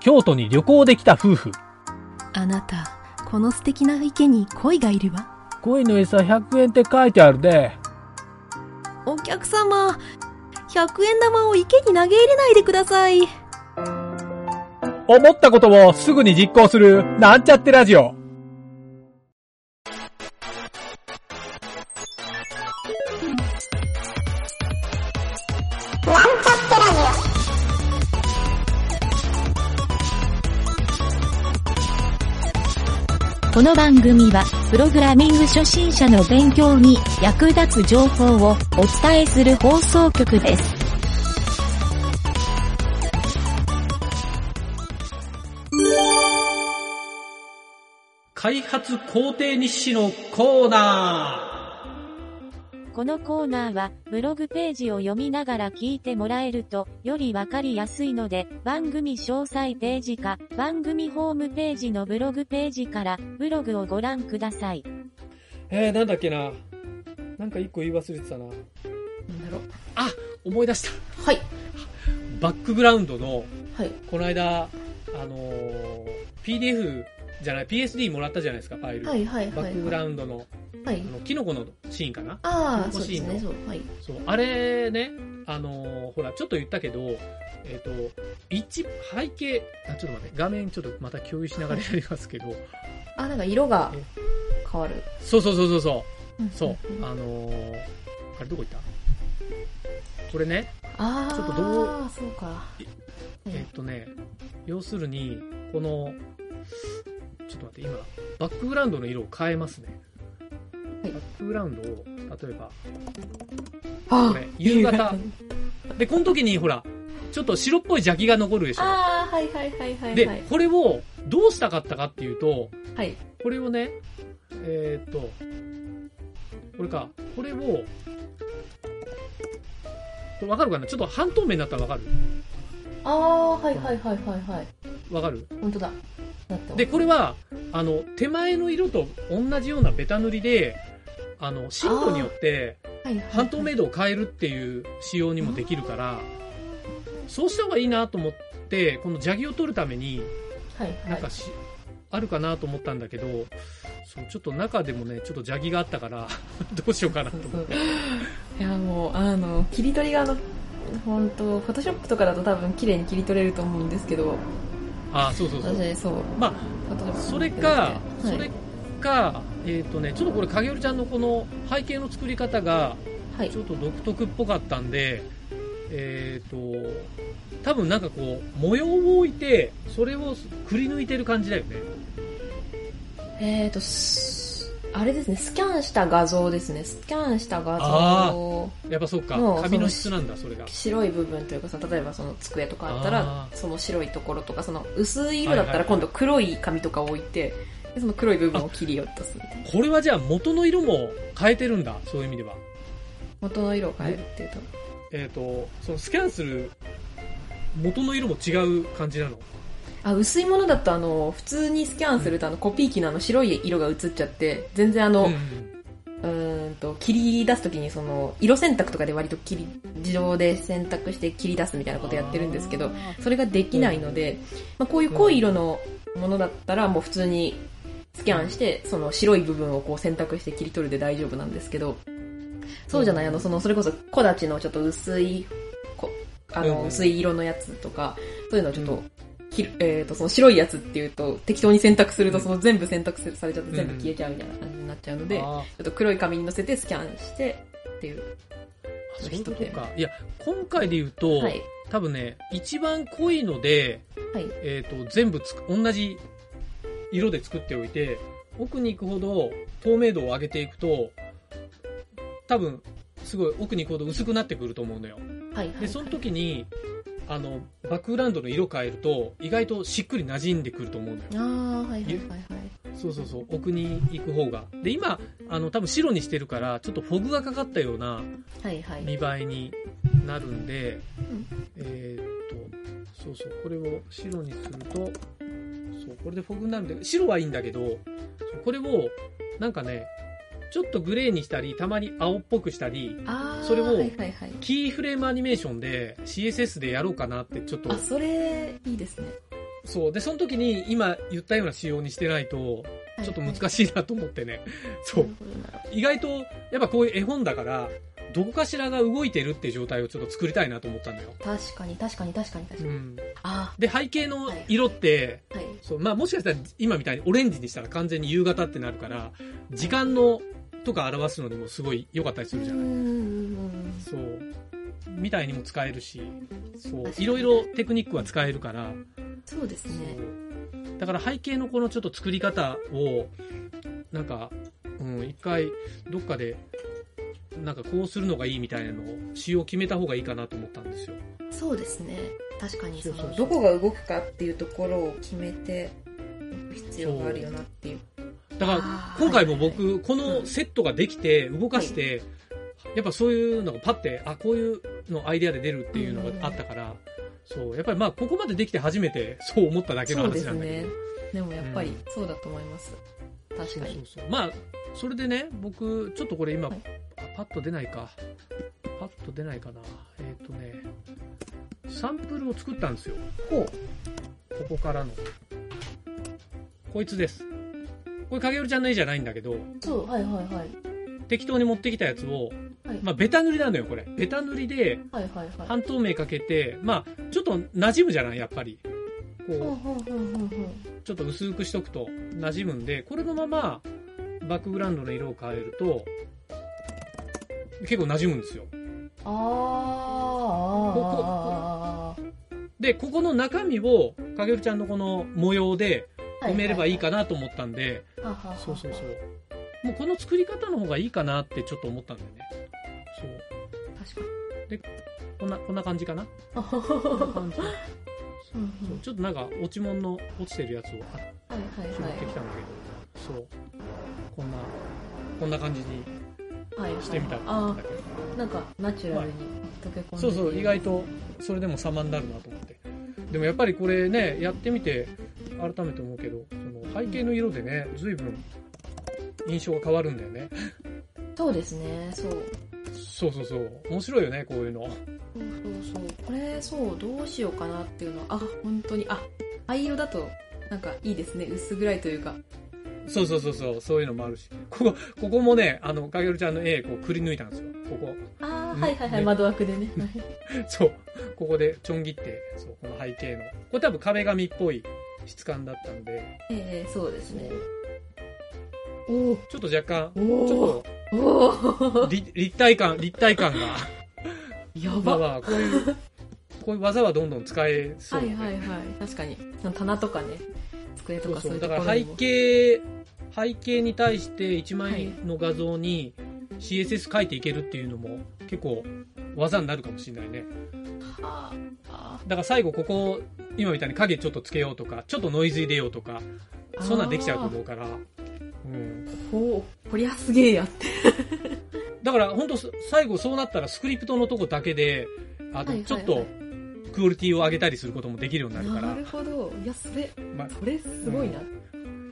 京都に旅行できた夫婦あなたこの素敵な池に鯉がいるわ恋の餌100円って書いてあるでお客様100円玉を池に投げ入れないでください思ったことをすぐに実行するなんちゃってラジオこの番組は、プログラミング初心者の勉強に役立つ情報をお伝えする放送局です。開発工程日誌のコーナこのコーナーは、ブログページを読みながら聞いてもらえると、よりわかりやすいので、番組詳細ページか、番組ホームページのブログページから、ブログをご覧ください。ーえー、なんだっけななんか一個言い忘れてたななんだろうあ思い出したはいバックグラウンドのはいこの間あのー PDF じゃない PSD もらったじゃないですかファイル、はいはいバはックいグはいラウンドのはいあのキノコのシーンかなああ欲そうしでいすのねそうはいそうあれねあのーほらちょっと言ったけどえっ、と一背景あちょっと待って画面ちょっとまた共有しながらやります けどあなんか色が変わるそうそうそうそうそうそうんんんあのーあれどこ行ったこれねああちょっとどうそうかうんえっとね要するにこのちょっと待って今バックグラウンドの色を変えますね、はいバックグラウンドを例えばあこーれ夕方でこの時にほらちょっと白っぽい邪気が残るでしょああはいはいはいはいで、はいこれをどうしたかったかっていうとはいこれをねえーっとこれかこれをこれわかるかなちょっと半透明になったらわかるああはいはいはいはいはいわかる本当だなってますでこれはあの手前の色と同じようなベタ塗りであの進路によってはいはいはい半透明度を変えるっていう仕様にもできるからそうした方がいいなと思ってこの邪気を取るためにはいなはんいかし、あるかなと思ったんだけどそうちょっと中でもねちょっと邪気があったから どうしようかなと思っていやもうあの切り取りがあの本当フォトショップとかだと多分綺麗に切り取れると思うんですけどあそうそうそう私そうまフォトシあョップそれか持そってるんでれかえっとねちょっとこれ影織ちゃんのこの背景の作り方がはいちょっと独特っぽかったんで、えっ、と、多分なんかこう、模様を置いて、それをくり抜いてる感じだよね。はいえっ、ー、とすあれですねスキャンした画像ですねスキャンした画あ像やっぱそうかもう、紙の質なんだ、それが。白い部分というかその例えばその机とかあったあらーその白いところとかその薄い色だはっいはいたらはい今度黒い紙とかを置いてでその黒い部分を切り落とすみたいなこれはじゃあ元の色も変えてるんだ、そういう意味では。元の色を変えるっていうとえっ、と、そのスキャンする元の色も違う感じなの。あ薄いものだとあの普通にスキャンするとあのコピー機のあの白い色が映っちゃって全然あの、ううんーんと切り出す時にその色選択とかで割と切り自動で選択して切り出すみたいなことやってるんですけどそれができないので、まあ、こういう濃い色のものだったらもう普通にスキャンしてその白い部分をこう選択して切り取るで大丈夫なんですけどそうじゃないあのそのそれこそ木立のちょっと薄いこあうんうのん薄い色のやつとかそういうのをちょっと,、ひえー、とその白いやつっていうと適当に選択するとうんその全部選択するされちゃって全部うん消えちゃうみたいな感じになっちゃうので、で、ちょあっと黒い紙に乗せてスキャンしてっていうーそういうことか。いや、今回で言うと、はい多分ね、一番濃いので、はいえー、と全部つく同じ色で作っておいて奥に行くほど透明度を上げていくと多分すごい奥に行くほど薄くなってくると思うのよはいはいでその時にあのバックグラウンドの色変えると意外としっくり馴染んでくると思うのよああはいはいはいはいそうそうそう奥に行く方がで今あの多分白にしてるからちょっとフォグがかかったようなはいはい見栄えになるんで、んえーっとそうそうこれを白にするとそうこれでフォグになるんで白はいいんだけどそうこれをなんかねちょっとグレーにしたりたまに青っぽくしたりあーそれをはいはいはいキーフレームアニメーションで CSS でやろうかなってちょっとあそれいいですねそう。で、その時に今言ったような仕様にしてないと、ちょっと難しいなと思ってね。そなうる。ほどなるほ意外と、やっぱこういう絵本だから、どこかしらが動いてるっていう状態をちょっと作りたいなと思ったんだよ。ど確かに確かに確かに確うかに、ん。あで、背景の色って、あはいそう、まあもしかしたら今みたいにオレンジにしたら完全に夕方ってなるから、時間のとか表すのにもすごい良かったりするじゃうない。んそう。みたいにも使えるし、そう確。かにいろいろテクニックは使えるから、そうですねそうだから背景のこのちょっと作り方をなんか、うん、一回どっかでなんかこうするのがいいみたいなのを仕様を決めた方がいいかなと思ったんですよそうですね確かにそのそうそうそうどこが動くかっていうところを決めていく必要があるよなっていうだからあー今回もはいはい僕このセットができて動かしてやっぱそういうのがパッてあこういうのアイデアで出るっていうのがあったからそうやっぱりまあここまでできて初めてそう思っただけのそうで話なすんだけねどでもやっぱうりんそうだと思います、確かそうにそうまあそれでね僕ちょっとこれ今、はいあパッと出ないかパッと出ないかなえっ、とねサンプルを作ったんですよこここからのこいつですこれ影織ちゃんの絵じゃないんだけどうそうはいはいはい適当に持ってきたやつを、はいまあ、ベタ塗りなのよこれベタ塗りではいはいはい半透明かけてまあちょっと馴染むじゃないやっぱりほうこほうほうほうほううちょっと薄くしとくと馴染むんでこれのままバックグラウンドの色を変えると結構馴染むんですよあああーあーあーあーで、ここの中身を、かげるちゃんのこの模様ではい埋めればいいかなと思ったんで、はははそうそうそう。もうこの作り方の方がいいかなってちょっと思ったんだよね。そう。 こんな、こんな感じか な確こんなか感じ。にうんうんちょっとなんか、落ち物の落ちてるやつを拾はいはいはってきたんだけど、そう。こんな、こんな感じにいはいはいしてみたあんだけど。あなんかナチュラルに溶け込んでてそうそう、意外とそれでも様になるなと思って。でもやっぱりこれね、やってみて改めて思うけど、その背景の色でね、随分印象が変わるんだよね。そうですねそうそうそうそう。面白いよね、こういうの。そうそうそうこれそうどうしようかなっていうのはあ本当にあ灰色だとなんかいいですね薄暗いというかそうそうそうそう、そういうのもあるし。ここ、ここもね、あの、かげるちゃんの絵、こう、くり抜いたんですよ。ここ。あうあんはいはいはい、ね窓枠でねはいそう。ここでちょん切って、そう、この背景の。これ多分壁紙っぽい質感だったんで、 ええそうですねおおちょっと若干、おちょっおおと、お立立体感、立体感が。やまあばまあ、こういう、 こういう技はどんどん使えそうはだいね、はいはい確かに棚とかね机とそうかそうそ。いううとだこかろにら背も景、背景に対して一は枚いの画像に CSS 書いていけるっていうのも結構技になるかもしれないね。あーあだから最後ここ、今みたいに影ちょっとつけようとか、ちょっとノイズ入れようとか、ーそんなんできちゃうと思うから。うん。ーほうこりゃすげえやってだから本当最後そうなったらスクリプトのとこだけで、あはいはいはの、いちょっとクオリティを上げたりすることもできるようになるからなる、ほどいやそれまあ、それすごいな、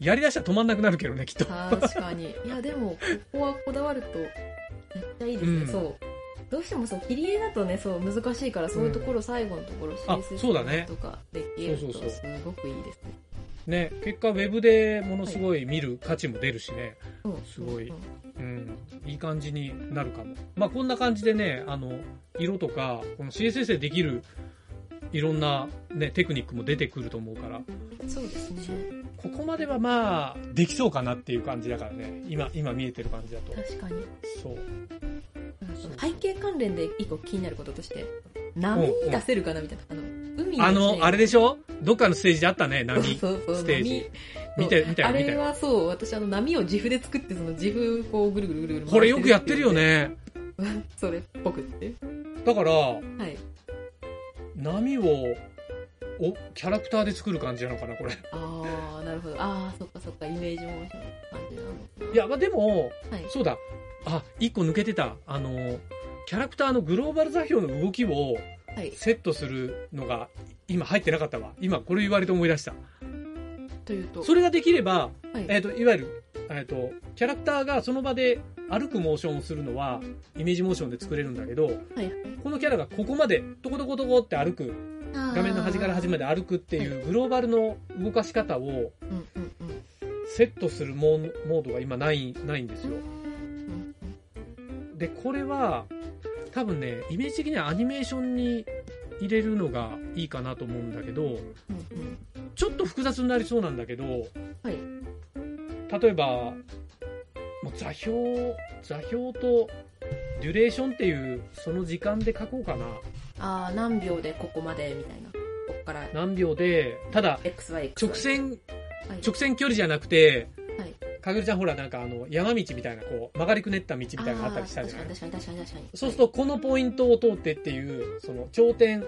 やりだしたら止まんなくなるけどね、きっと。確かにいやでもここはこだわるとめっちゃいいですね、うんそうどうしてもそう切り絵だとねそう難しいからそういうところ最後のところあ CSS そうだねとかできるそうとそうそうすごくいいですね、ね結果ウェブでものすごい見る価値も出るしね、うんすごいうんうん、いい感じになるかも。まあこんな感じでね、あの、色とか、この CSS でできるいろんなね、テクニックも出てくると思うから、そうですねここまではまあ、できそうかなっていう感じだからね、今、今見えてる感じだと。確かにそう。そう背景関連で一個気になることとして波に出せるかなみたいなあの海あの、あれででしょどっかのステージであったね、波。そうそうステージ波見て、見たあよ、見たれよ。はそう私あの波を自負で作ってその自負こうぐるぐるぐるぐるこれよくやってるよね。回してるっていう それっぽくってだから、はい波を、お、キャラクターで作る感じなのかな、これ。ああなるほどああそっかそっかイメージモーションの感じなのいや、まあでも、はいそうだ。あ、一個抜けてた。あの、キャラクターのグローバル座標の動きをはいセットするのが今入ってなかったわ。今これ言われて思い出した。というとそれができれば、はいえっ、と、いわゆる、えっ、と、キャラクターがその場で歩くモーションをするのは、イメージモーションで作れるんだけど、はいこのキャラがここまで、トコトコトコって歩く画面の端から端まで歩くっていうグローバルの動かし方をうんうんうんセットするモーモードが今ないないんですよ。うんで、これは多分ね、イメージ的にはアニメーションに入れるのがいいかなと思うんだけど、うんうんちょっと複雑になりそうなんだけど、はい例えば、もう座標、座標とデュレーションっていうその時間で書こうかな。ああ何秒でここまでみたいなここから何秒で、ただ XY 直線、はい直線距離じゃなくて、はいかぐるちゃんほらなんかあの山道みたいなこう曲がりくねった道みたいなのあったりしたじゃないあー確かに確かに確かに確かにそうするとこのポイントを通ってっていうその頂点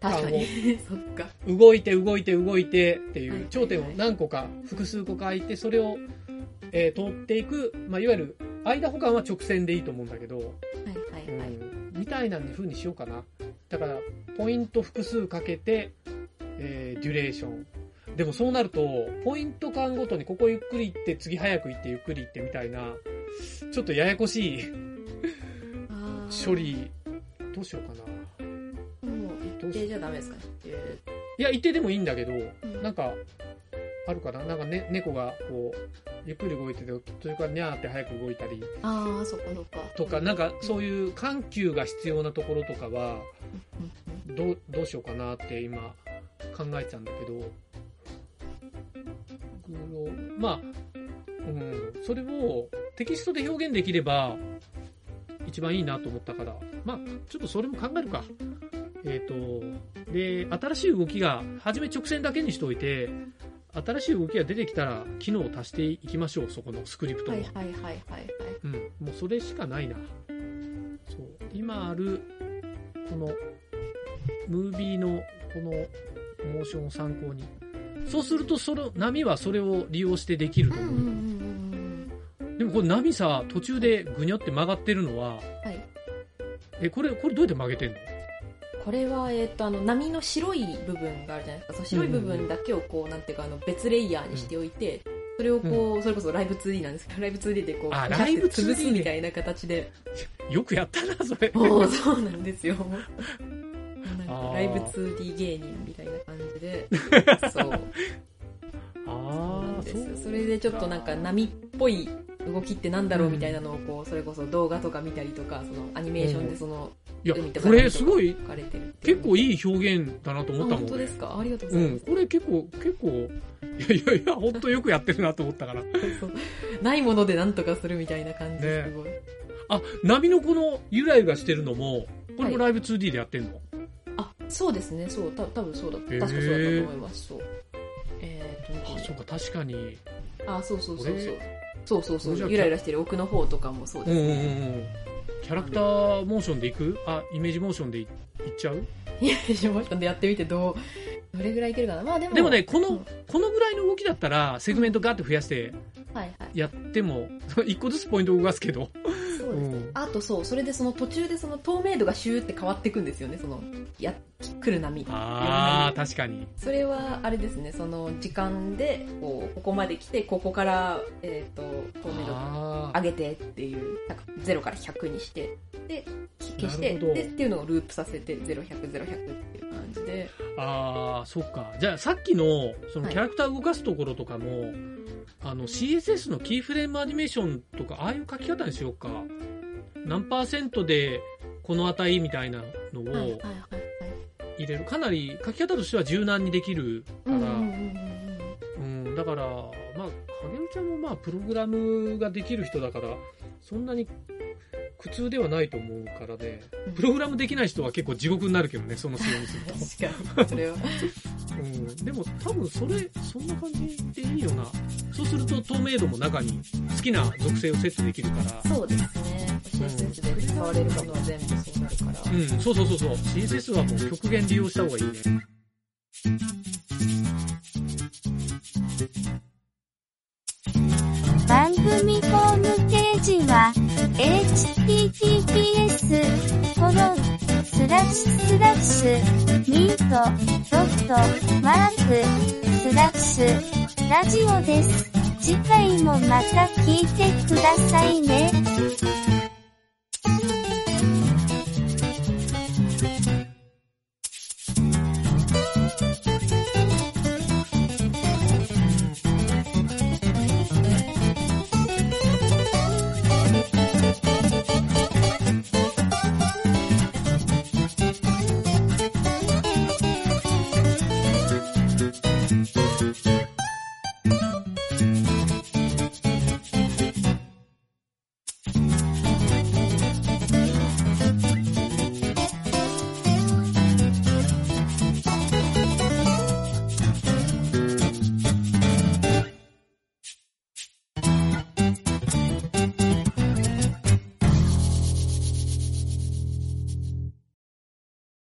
確かに そっか動いて動いて動いてっていはいう頂点を何個か複数個書いてそれを、えー通っていく、まあ、いわゆる間補完は直線でいいと思うんだけど、はいはういんはいみたいな風にしようかなだからポイント複数かけて、えーデュレーションでもそうなるとポイント間ごとにここゆっくり行って次早く行ってゆっくり行ってみたいなちょっとややこしいあー処理どうしようかなもう一定じゃダメですかねえいや、一定でもいいんだけど、んなんか、あるかななんか、ね、猫が、こう、ゆっくり動いてて、というか、にゃーって早く動いたりーああそっかそっかとか、なんか、そういう緩急が必要なところとかは、うんうんどう、どうしようかなって今、考えちゃうんだけど、グロまあ、うん、それをテキストで表現できれば、一番いいなと思ったから、まあ、ちょっとそれも考えるか。えっ、と、で、新しい動きが、初め直線だけにしておいて、新しい動きが出てきたら、機能を足していきましょう、そこのスクリプトはをいはいはいはいはいうん、もうそれしかないな。そう。今ある、この、ムービーの、この、モーションを参考に。そうすると、その、波はそれを利用してできるとうん思う。うんうんうんでもこれ波さ、途中でぐにょって曲がってるのは、はいえ、これ、これどうやって曲げてんのこれは、えっとあの波の白い部分があるじゃないですかその白い部分だけをこうなんていうかあの別レイヤーにしておいて、それをこう、それこそライブ 2D なんですけどライブ 2D でこうあガシャってライブ 2D 潰すみたいな形でよくやったな、それ。もう そうなんですよもうなんかあーライブ 2D 芸人みたいな感じで そうあそうなんあ、でそうすそれでちょっとなんか波っぽい動きってなんだろうみたいなのをこうそれこそ動画とか見たりとかそのアニメーションでそのいや海と、かこれすごい、浮かれてるっていう結構いい表現だなと思ったあもん、ね。本当ですかありがとうごうざいます、ん、これ結構、結構、いやいやいや、ほんとよくやってるなと思ったから。そうないものでなんとかするみたいな感じねすごい、あ、波のこのゆらゆらしてるのも、これもライブ 2D でやってんの、あそうですねそうた多分そうだへー確かそうだったと思いますそうえー、とあ、そうか、確かに。あそうそうそうそうこそうそこれうじそゃうゆらゆらしてる奥の方とかもそううでんすうんう ね、んうん。キャラクターモーションでいくあ、イメージモーションでいいっちゃういやしましたんでやってみてどうどれぐらいいけるかなまあでもでもね、この、うんこのぐらいの動きだったら、セグメントガーって増やしてはいはいやっても、 一個ずつポイント動かすけど。そうですね、うんあとそうそれでその途中でその透明度がシューって変わっていくんですよねそのや来る波あー、確かに。それはあれですねその時間でこうここまで来てここから、えー、と透明度あ上げてっていう100 0から100にしてで消してなるほどでっていうのをループさせて01000100っていう感じでーあー、そっか。じゃあ、さっきの、そのはいキャラクター動かすところとかも、あの、CSS のキーフレームアニメーションとか、ああいう書き方にしようか。何パーセントで、この値みたいなのはいはいをはいはい入れる。かなり、書き方としては柔軟にできるうかんら、うんうんうんうん、だから、まあ、かげるちゃんもまあ、プログラムができる人だから、そんなに苦痛ではないと思うからねうん。プログラムできない人は結構地獄になるけどね、その仕様にする確かにそれはと。うん、でも多分それ、そんな感じでいいよな。そうすると透明度も中に好きな属性をセットできるから。そうですね CSS で使われるものは全部そうなるからうん、そうそうそうそう。CSS はもう極限利用した方がいいね。番組ホームページは、https, コロン、スラッシュスラッシュ、ミート、ドット、マーク、スラッシュ、ラジオです。次回もまた聞いてくださいね。